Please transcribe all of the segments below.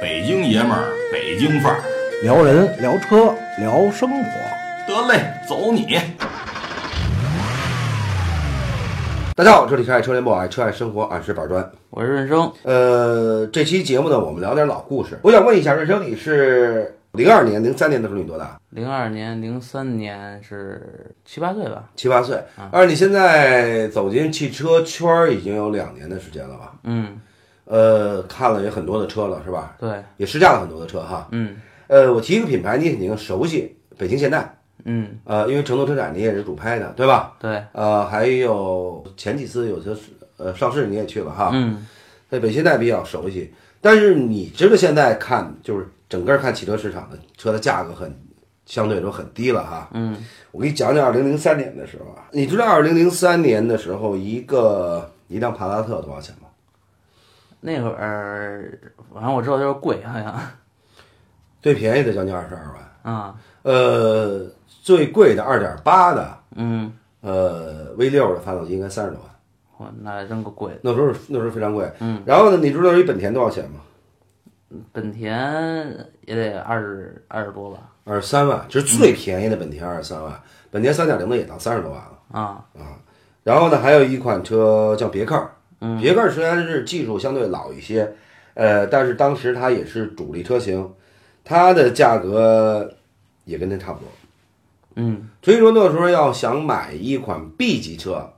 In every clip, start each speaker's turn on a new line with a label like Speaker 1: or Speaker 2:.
Speaker 1: 北京爷们儿，北京范儿，
Speaker 2: 聊人聊车聊生活，
Speaker 1: 得嘞，走你！
Speaker 3: 大家好，这里是爱车联播，爱车爱生活，俺是板砖。
Speaker 4: 我是润生，
Speaker 3: 呃，这期节目呢，我们聊点老故事。我想问一下，润生，你是零二年、零三年的时候你多大？
Speaker 4: 零二年、零三年是七八岁吧？
Speaker 3: 七八岁。
Speaker 4: 啊
Speaker 3: 而你现在走进汽车圈儿已经有两年的时间了吧？
Speaker 4: 嗯，
Speaker 3: 呃，看了也很多的车了，是吧？
Speaker 4: 对，
Speaker 3: 也试驾了很多的车哈。
Speaker 4: 嗯
Speaker 3: 呃，我提一个品牌，你肯定熟悉，北京现代。
Speaker 4: 嗯，
Speaker 3: 呃，因为成都车展你也是主拍的，对吧？
Speaker 4: 对，
Speaker 3: 呃，还有前几次有些呃上市你也去了哈。
Speaker 4: 嗯
Speaker 3: 对北现代比较熟悉，但是你知道现在看就是整个看汽车市场的车的价格很相对来说很低了哈。
Speaker 4: 嗯，
Speaker 3: 我给你讲讲二零零三年的时候啊，你知道二零零三年的时候一个一辆帕萨特多少钱吗？
Speaker 4: 那会儿反正我知道就是贵，好像
Speaker 3: 最便宜的将近二十二万，
Speaker 4: 啊，
Speaker 3: 呃，最贵的二点八的，
Speaker 4: 嗯，
Speaker 3: 呃，V 六的发动机应该三十多万，
Speaker 4: 我那真够贵的。
Speaker 3: 那时候那时候非常贵。嗯，然后呢，你知道一本田多少钱吗？
Speaker 4: 本田也得二十二十多吧？
Speaker 3: 二十三万，这是最便宜的本田二十三万，本田三点零的也到三十多万了。
Speaker 4: 啊，
Speaker 3: 然后呢，还有一款车叫别克儿，
Speaker 4: 嗯
Speaker 3: 别克儿虽然是技术相对老一些，呃，但是当时它也是主力车型，它的价格也跟它差不多。
Speaker 4: 嗯，
Speaker 3: 所以说那时候要想买一款 B 级车，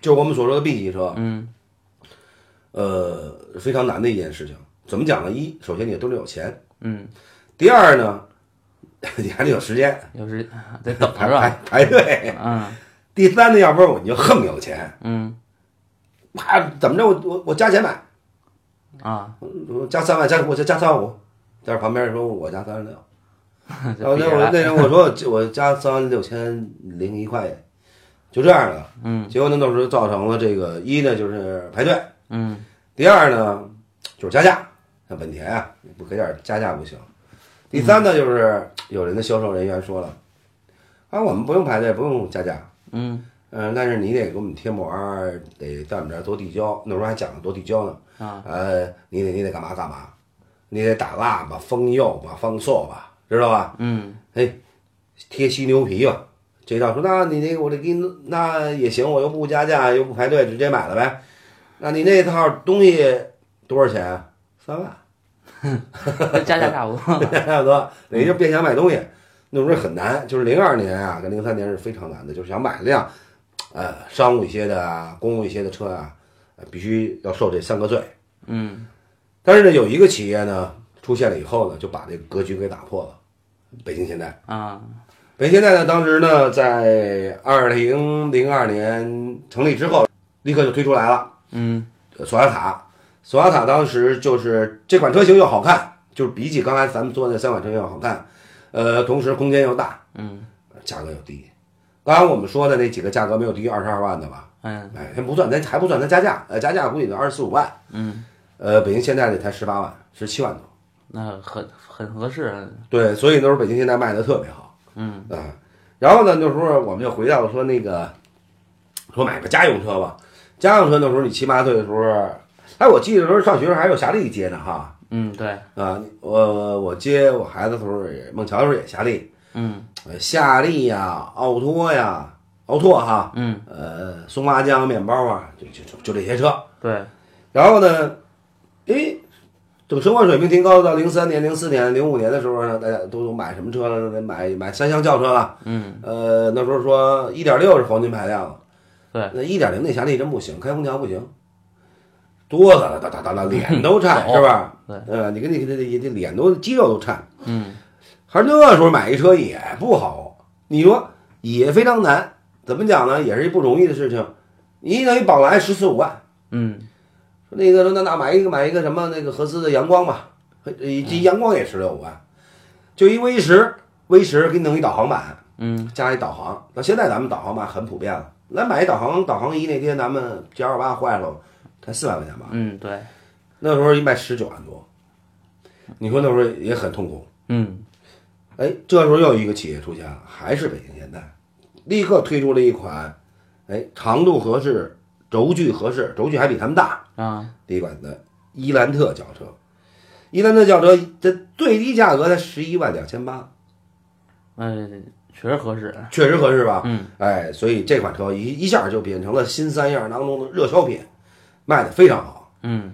Speaker 3: 就是我们所说的 B 级车，
Speaker 4: 嗯，
Speaker 3: 呃，非常难的一件事情。怎么讲呢？一，首先你兜里有钱，
Speaker 4: 嗯，
Speaker 3: 第二呢， 你还得有时间
Speaker 4: 有时得等
Speaker 3: 排
Speaker 4: 是 吧？
Speaker 3: 排排 队，
Speaker 4: 嗯
Speaker 3: 第三呢，要不然我就横有钱。
Speaker 4: 嗯
Speaker 3: 啪，怎么着？我我我加钱买，
Speaker 4: 啊，
Speaker 3: 我加三万，加我就加三万五。但是旁边人说我加三万六，然后
Speaker 4: 就
Speaker 3: 哦那
Speaker 4: 别
Speaker 3: 我
Speaker 4: 了
Speaker 3: 那人我说我我加三万六千零一块钱，就这样了。
Speaker 4: 嗯
Speaker 3: 结果呢，到时候造成了这个一呢就是排队，
Speaker 4: 嗯
Speaker 3: 第二呢就是加价，像本田啊，你不给点加价不行。第三呢就是有人的销售人员说了，啊我们不用排队，不用加价，
Speaker 4: 嗯
Speaker 3: 嗯，但是你得给我们贴膜儿，得在我们这儿做地胶。那时候还讲了做地胶呢。
Speaker 4: 啊，
Speaker 3: 呃，你得你得干嘛干嘛，你得打蜡吧，封釉吧，放塑吧，知道吧？
Speaker 4: 嗯
Speaker 3: 贴犀牛皮吧。这一套说，那你那我这给你那也行，我又不加价，又不排队，直接买了呗。那你那套东西多少钱啊？三万，
Speaker 4: 跟加价差不多。
Speaker 3: 差不多。你就变相买东西，那时候很难，就是零二年啊，跟零三年是非常难的，就是想买辆，呃，商务一些的啊，公务一些的车啊，呃必须要受这三个罪。
Speaker 4: 嗯
Speaker 3: 但是呢，有一个企业呢出现了以后呢，就把这个格局给打破了。北京现代，
Speaker 4: 啊
Speaker 3: 北京现代呢，当时呢在二零零二年成立之后，立刻就推出来了
Speaker 4: 嗯
Speaker 3: 呃索纳塔。索纳塔当时就是这款车型又好看，就是比起刚才咱们做的那三款车型要好看，呃，同时空间又大，呃
Speaker 4: 嗯
Speaker 3: 价格又低。刚才我们说的那几个价格没有低于二十二万的吧？
Speaker 4: 嗯
Speaker 3: 哎，还不算，咱还不算咱加价，呃，加价估计得二十四五万。
Speaker 4: 嗯，
Speaker 3: 呃，北京现代这才十八万，十七万多。
Speaker 4: 那很很合适。啊
Speaker 3: 对，所以那时候北京现代卖的特别好
Speaker 4: 嗯
Speaker 3: 啊、然后呢，那时候我们就回到说那个，说买个家用车吧。家用车那时候你七八岁的时候，哎，我记得那时候上学时候还有霞丽接呢哈
Speaker 4: 嗯，对，
Speaker 3: 啊，我我接我孩子的时候也，孟乔的时候也霞丽，
Speaker 4: 嗯
Speaker 3: 呃夏利呀、奥拓呀、奥拓哈，
Speaker 4: 嗯，
Speaker 3: 呃，松花江面包啊，就就就就这些车。
Speaker 4: 对，
Speaker 3: 然后呢，诶，这个生活水平提高到零三年、零四年、零五年的时候呢，大家都都买什么车了？得买买三厢轿车了。
Speaker 4: 嗯，
Speaker 3: 呃，那时候说一点六是黄金排量了，
Speaker 4: 对，
Speaker 3: 那一点零那霞丽真不行，开空调不行，哆嗦了，哒哒哒哒，脸都颤，
Speaker 4: 嗯
Speaker 3: 是吧？
Speaker 4: 对
Speaker 3: 呃，你跟你这这这脸都肌肉都颤。
Speaker 4: 嗯
Speaker 3: 还是那时候买一车也不好，你说也非常难，怎么讲呢？也是一不容易的事情。你等于宝来十四五万。
Speaker 4: 嗯
Speaker 3: 说那个说那那买一个买一个什么那个合资的阳光吧，呃这阳光也十六万，就一 V 十，V 十给你弄一导航板，
Speaker 4: 嗯
Speaker 3: 加一导航。到现在咱们导航板很普遍了，来买一导航导航仪那天咱们 G 二八坏了，才四万块钱吧，
Speaker 4: 嗯，对，
Speaker 3: 那时候一卖十九万多，你说那时候也很痛苦。
Speaker 4: 嗯
Speaker 3: 哎，这时候又一个企业出现了，还是北京现代，立刻推出了一款，哎，长度合适，轴距合适，轴距还比他们大，
Speaker 4: 啊
Speaker 3: 第一款的伊兰特轿车。伊兰特轿车的最低价格才十一万两千八，
Speaker 4: 嗯，确实合适。
Speaker 3: 确实合适吧？
Speaker 4: 嗯，
Speaker 3: 哎，所以这款车一一下就变成了新三样当中的热销品，卖的非常好。
Speaker 4: 嗯，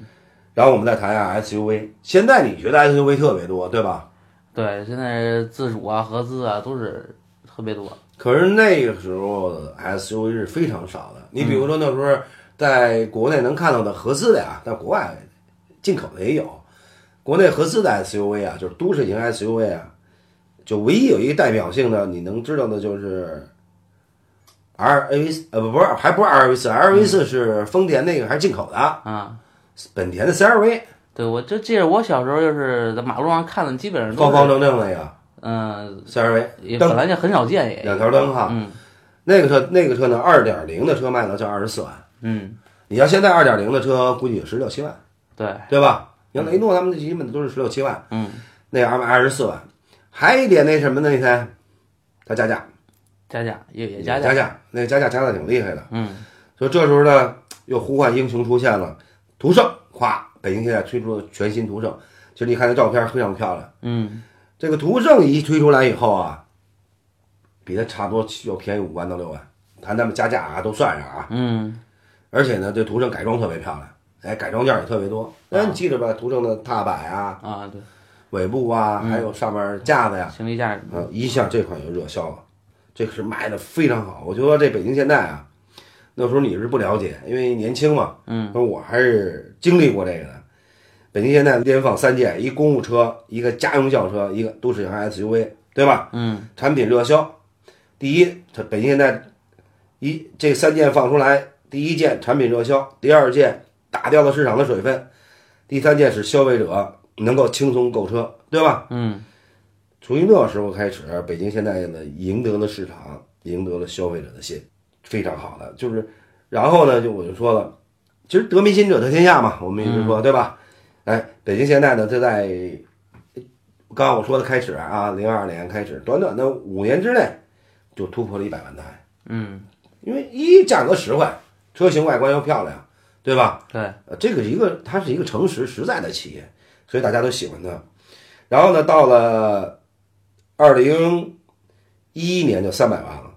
Speaker 3: 然后我们再谈一下 SUV，现在你觉得 SUV 特别多，对吧？
Speaker 4: 对，现在自主啊、合资啊都是特别多。
Speaker 3: 可是那个时候的 SUV 是非常少的，你比如说那时候在国内能看到的合资的呀，在啊国外进口的也有，国内合资的 SUV 啊，就是都市型 SUV 啊，就唯一有一个代表性的你能知道的就是 R A 呃不不是还不是 R V 四，R V 四是
Speaker 4: 嗯
Speaker 3: 丰田那个还是进口的，
Speaker 4: 啊，
Speaker 3: 本田的 C R V
Speaker 4: 对，我就记得我小时候就是在马路上看的，基本上都
Speaker 3: 方
Speaker 4: 是
Speaker 3: 方正正那个
Speaker 4: 嗯，
Speaker 3: C R V
Speaker 4: 也本
Speaker 3: 灯
Speaker 4: 来就很少见也。
Speaker 3: 两条灯哈，
Speaker 4: 嗯
Speaker 3: 那个车那个车呢，二点零的车卖到就二十四万。
Speaker 4: 嗯，
Speaker 3: 你要现在二点零的车，估计也十六七万，
Speaker 4: 对，
Speaker 3: 对吧？你看雷诺他们基本都是十六七万，
Speaker 4: 嗯，
Speaker 3: 那 M 二十四万，还有一点那什么呢？你看，它加价，
Speaker 4: 加价也也加
Speaker 3: 加
Speaker 4: 价。
Speaker 3: 价，那加价加的挺厉害的。
Speaker 4: 嗯，
Speaker 3: 所以这时候呢，又呼唤英雄出现了，途胜，咵，北京现在推出了全新途胜，其实你看那照片非常漂亮。
Speaker 4: 嗯，
Speaker 3: 这个途胜一推出来以后啊，比它差不多又便宜五万到六万，谈他们加价啊都算上啊，
Speaker 4: 嗯，
Speaker 3: 而且呢，这途胜改装特别漂亮，哎，改装件儿也特别多。那你记着吧，途胜的踏板啊、
Speaker 4: 啊，对，
Speaker 3: 尾部啊，还有上面架子呀，
Speaker 4: 行李架什么
Speaker 3: 啊，一下这款就热销了，这个是卖的非常好。我就说这北京现在啊，那时候你是不了解，因为年轻嘛，嗯，我还是经历过这个的。北京现在连放三件：一公务车，一个家用轿车，一个都市型 SUV，对吧？
Speaker 4: 嗯，
Speaker 3: 产品热销。第一，它北京现在一这三件放出来，第一件产品热销，第二件打掉了市场的水分，第三件使消费者能够轻松购车，对吧？
Speaker 4: 嗯，
Speaker 3: 从那时候开始，北京现在呢赢得了市场，赢得了消费者的心，非常好的。就是，然后呢，就我就说了，其实得民心者得天下嘛，我们一直说、对吧？哎，北京现在呢，它在刚刚我说的开始啊，零二年开始，短短的五年之内就突破了一百万台。
Speaker 4: 嗯，
Speaker 3: 因为一价格实惠，车型外观又漂亮，对吧？
Speaker 4: 对，
Speaker 3: 呃，这个是一个它是一个诚实实在的企业，所以大家都喜欢它。然后呢，到了二零一一年就三百万了，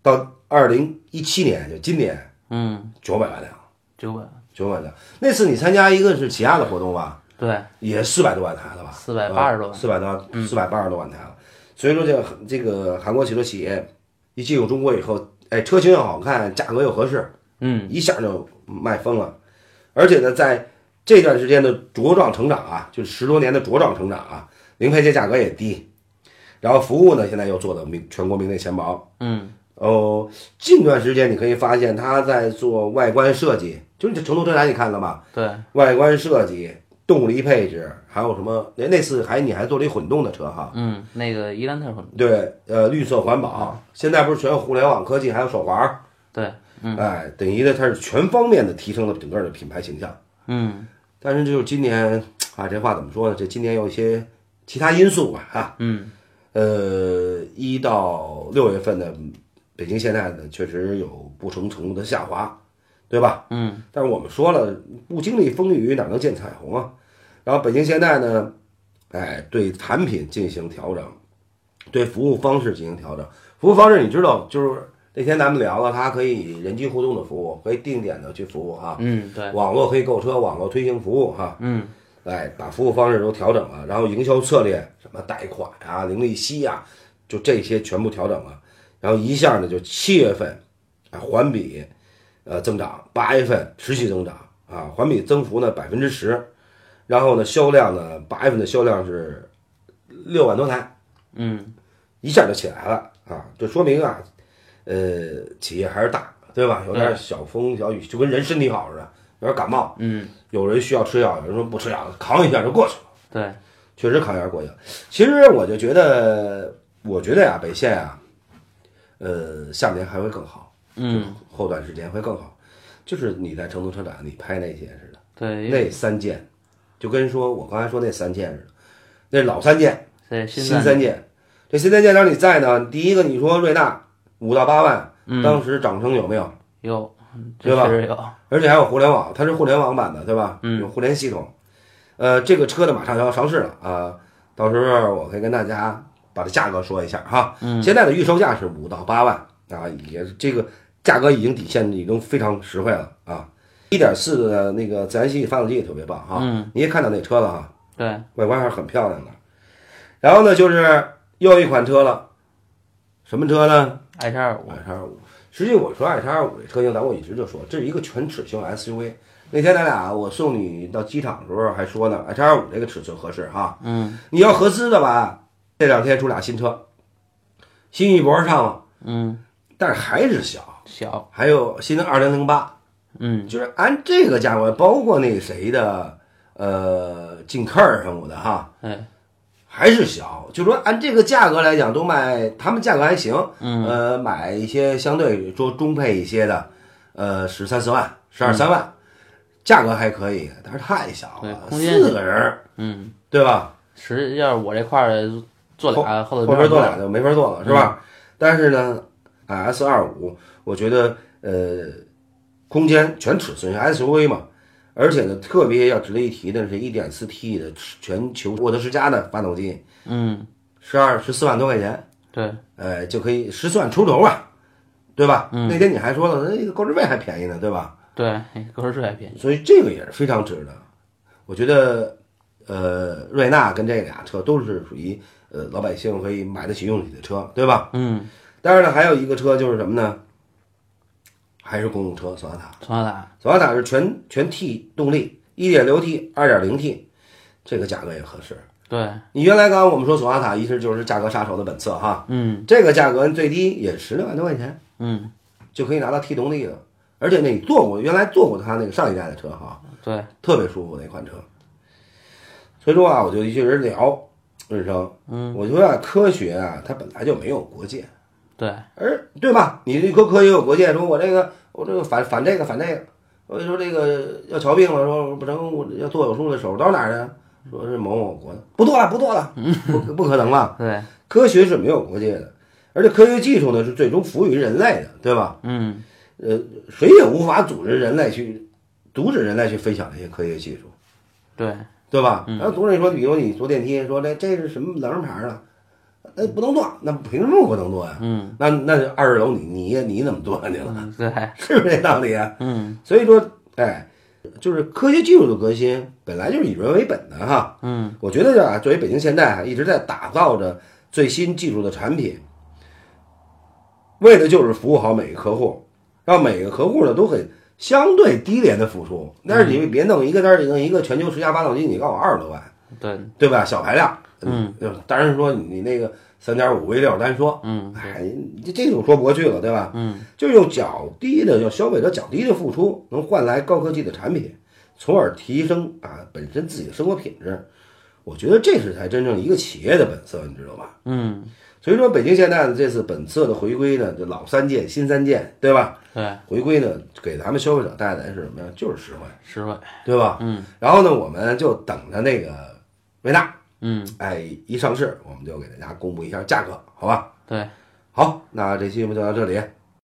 Speaker 3: 到二零一七年就今年
Speaker 4: 嗯，
Speaker 3: 九百万辆，
Speaker 4: 九百，
Speaker 3: 九百万辆。那次你参加一个是起亚的活动吧，
Speaker 4: 对，
Speaker 3: 也四百多万台了吧？啊
Speaker 4: 480多万
Speaker 3: 四百多四百八十多万台了。所以说这个这个韩国汽车企业一进入中国以后，哎，车型又好看，价格又合适，
Speaker 4: 嗯，
Speaker 3: 一下就卖疯了。而且呢，在这段时间的茁壮成长啊，就是十多年的茁壮成长啊，零配件价格也低，然后服务呢，现在又做的名全国名列前茅。
Speaker 4: 嗯，
Speaker 3: 哦，近段时间你可以发现它在做外观设计，就是这成都车展你看了吧？
Speaker 4: 对，
Speaker 3: 外观设计、动力配置，还有什么？那那次还你还做了一混动的车哈？
Speaker 4: 嗯，那个伊兰特混，
Speaker 3: 对，呃，绿色环保，现在不是全有互联网科技，还有手环儿，
Speaker 4: 对，
Speaker 3: 哎，等于呢，它是全方面的提升了整个的品牌形象。
Speaker 4: 嗯，
Speaker 3: 但是就是今年啊，这话怎么说呢？这今年有一些其他因素吧，哈，
Speaker 4: 嗯，
Speaker 3: 呃，一到六月份呢，北京现在呢确实有不成程度的下滑，对吧？
Speaker 4: 嗯，
Speaker 3: 但是我们说了，不经历风雨哪能见彩虹啊？然后北京现在呢，哎，对产品进行调整，对服务方式进行调整。服务方式你知道，就是那天咱们聊了，它可以人机互动的服务，可以定点的去服务啊哈、
Speaker 4: 嗯，对，
Speaker 3: 网络可以购车，网络推行服务哈，嗯，哎，把服务方式都调整了，然后营销策略什么贷款啊、零利息啊，就这些全部调整了，然后一下呢就七月份啊环比呃增长，八月份持续增长啊，环比增幅呢百分之十，然后呢销量呢八月份的销量是六万多台，
Speaker 4: 嗯，
Speaker 3: 一下就起来了啊，这说明啊，呃，企业还是大，对吧？有点
Speaker 4: 对
Speaker 3: 小风小雨，就跟人身体好似的，有点感冒，
Speaker 4: 嗯，
Speaker 3: 有人需要吃药，有人说不吃药，扛一下就过去了，
Speaker 4: 对，
Speaker 3: 确实扛一下过去了。其实我就觉得，我觉得呀、北线啊，呃，下年还会更好，
Speaker 4: 嗯，
Speaker 3: 后段时间会更好。就是你在成都车展你拍那些似的，
Speaker 4: 对，
Speaker 3: 那三件，就跟说我刚才说那三件似的，那老三件，
Speaker 4: 对，
Speaker 3: 新
Speaker 4: 新
Speaker 3: 三届，这新三届当你在呢，第一个你说瑞纳五到八万，当时掌声有没有？
Speaker 4: 有，
Speaker 3: 对吧
Speaker 4: 这确实有，
Speaker 3: 嗯而且还有互联网，它是互联网版的，对吧？有互联系统，呃，这个车呢马上要上市了啊、到时候我会跟大家把它价格说一下哈。嗯，现在的预售价是五到八万啊，也是这个价格已经底线已经非常实惠了啊。一点四的那个自然吸气发动机也特别棒哈，
Speaker 4: 嗯，
Speaker 3: 你也看到那车了哈，
Speaker 4: 对，
Speaker 3: 外观还是很漂亮的。然后呢，就是又一款车了，什么车呢？
Speaker 4: i 叉二五
Speaker 3: 2，叉五。实际我说2叉五这车型，咱我一直就说，这是一个全尺寸 SUV。那天咱俩我送你到机场的时候还说呢，2叉五这个尺寸合适哈。
Speaker 4: 嗯
Speaker 3: 你要合资的吧，这两天出俩新车，新一博上了，
Speaker 4: 嗯，
Speaker 3: 但是还是小。
Speaker 4: 小，
Speaker 3: 还有新的2008，
Speaker 4: 嗯
Speaker 3: 就是按这个价格，包括那谁的，呃，进客儿什么的哈，
Speaker 4: 哎，
Speaker 3: 还是小，就说按这个价格来讲，都卖他们价格还行，嗯，呃，买一些相对说中配一些的，呃，十三四万、十二三万，价格还可以，但是太小
Speaker 4: 嗯对
Speaker 3: 了，
Speaker 4: 空间
Speaker 3: 四个人儿，
Speaker 4: 嗯，
Speaker 3: 对吧？
Speaker 4: 实际要是我这块儿坐俩后
Speaker 3: 后
Speaker 4: 头
Speaker 3: 边坐俩就没法坐了，是
Speaker 4: 嗯
Speaker 3: 吧？但是呢，S 啊二五，我觉得呃，空间全尺寸是 SUV 嘛，而且呢，特别要值得一提的是 1.4T 的全球沃德之家的发动机，
Speaker 4: 嗯，
Speaker 3: 十二十四万多块钱。
Speaker 4: 对，
Speaker 3: 呃，就可以十算出头吧，对吧？
Speaker 4: 嗯
Speaker 3: 那天你还说了，那个购置费还便宜呢，对吧？
Speaker 4: 对，哎购置税还便宜，
Speaker 3: 所以这个也是非常值的。我觉得，呃，瑞纳跟这俩车都是属于呃老百姓可以买得起、用得起的车，对吧？
Speaker 4: 嗯，
Speaker 3: 当然了，还有一个车就是什么呢？还是公路车索纳塔，
Speaker 4: 索纳塔，
Speaker 3: 索纳塔是全全 T 动力，一点六 T、二点零 T，这个价格也合适。
Speaker 4: 对，
Speaker 3: 你原来刚刚我们说索纳塔，一是就是价格杀手的本色哈，
Speaker 4: 嗯
Speaker 3: 这个价格最低也十六万多块钱。
Speaker 4: 嗯，
Speaker 3: 就可以拿到 T 动力了。而且那你坐过，原来坐过他那个上一代的车哈，
Speaker 4: 对，
Speaker 3: 特别舒服那款车。所以说啊，我就一群人聊，润生，嗯，我觉得、啊、科学啊，它本来就没有国界，
Speaker 4: 对，
Speaker 3: 而对吧？你这科科学有国界，说我这个我这个反反这个反这个，我就说这个要瞧病了，说不成，我要做手术的手术刀哪儿的？说是某某国的，不做了，不做了，不不可能了。
Speaker 4: 对，
Speaker 3: 科学是没有国界的，而且科学技术呢是最终服务于人类的，对吧？
Speaker 4: 嗯，
Speaker 3: 呃，谁也无法组织人类去阻止人类去分享这些科学技术，
Speaker 4: 对，
Speaker 3: 对吧？
Speaker 4: 嗯
Speaker 3: 然后总理说，比如你坐电梯，说这这是什么哪什么牌儿的，啊那不能坐，那凭什么不能坐呀？
Speaker 4: 嗯，
Speaker 3: 那那二十楼你你你怎么坐上去了？
Speaker 4: 嗯对，
Speaker 3: 是不是这道理啊？
Speaker 4: 嗯
Speaker 3: 所以说，哎，就是科学技术的革新本来就是以人为本的哈。
Speaker 4: 嗯，
Speaker 3: 我觉得啊，作为北京现代啊，一直在打造着最新技术的产品，为的就是服务好每个客户，让每个客户呢都很相对低廉的付出。但是你
Speaker 4: 嗯
Speaker 3: 别弄一个那儿弄一个全球十佳发动机，你告诉我二十多万，
Speaker 4: 对，
Speaker 3: 对吧？小排量，
Speaker 4: 嗯，
Speaker 3: 当然说你那个三点五 V 六单说，
Speaker 4: 嗯
Speaker 3: 哎，你这这种说不过去了，对吧？
Speaker 4: 嗯，
Speaker 3: 就用较低的，要消费者较低的付出，能换来高科技的产品，从而提升啊本身自己的生活品质。我觉得这是才真正一个企业的本色，你知道吧？
Speaker 4: 嗯，
Speaker 3: 所以说，北京现代的这次本色的回归呢，就老三件、新三件，对吧？
Speaker 4: 对，
Speaker 3: 回归呢，给咱们消费者带来的是什么呀？就是实惠，
Speaker 4: 实惠，
Speaker 3: 对吧？
Speaker 4: 嗯
Speaker 3: 然后呢，我们就等着那个维纳，
Speaker 4: 嗯，
Speaker 3: 哎，一上市我们就给大家公布一下价格，好吧？
Speaker 4: 对，
Speaker 3: 好，那这期节目就到这里，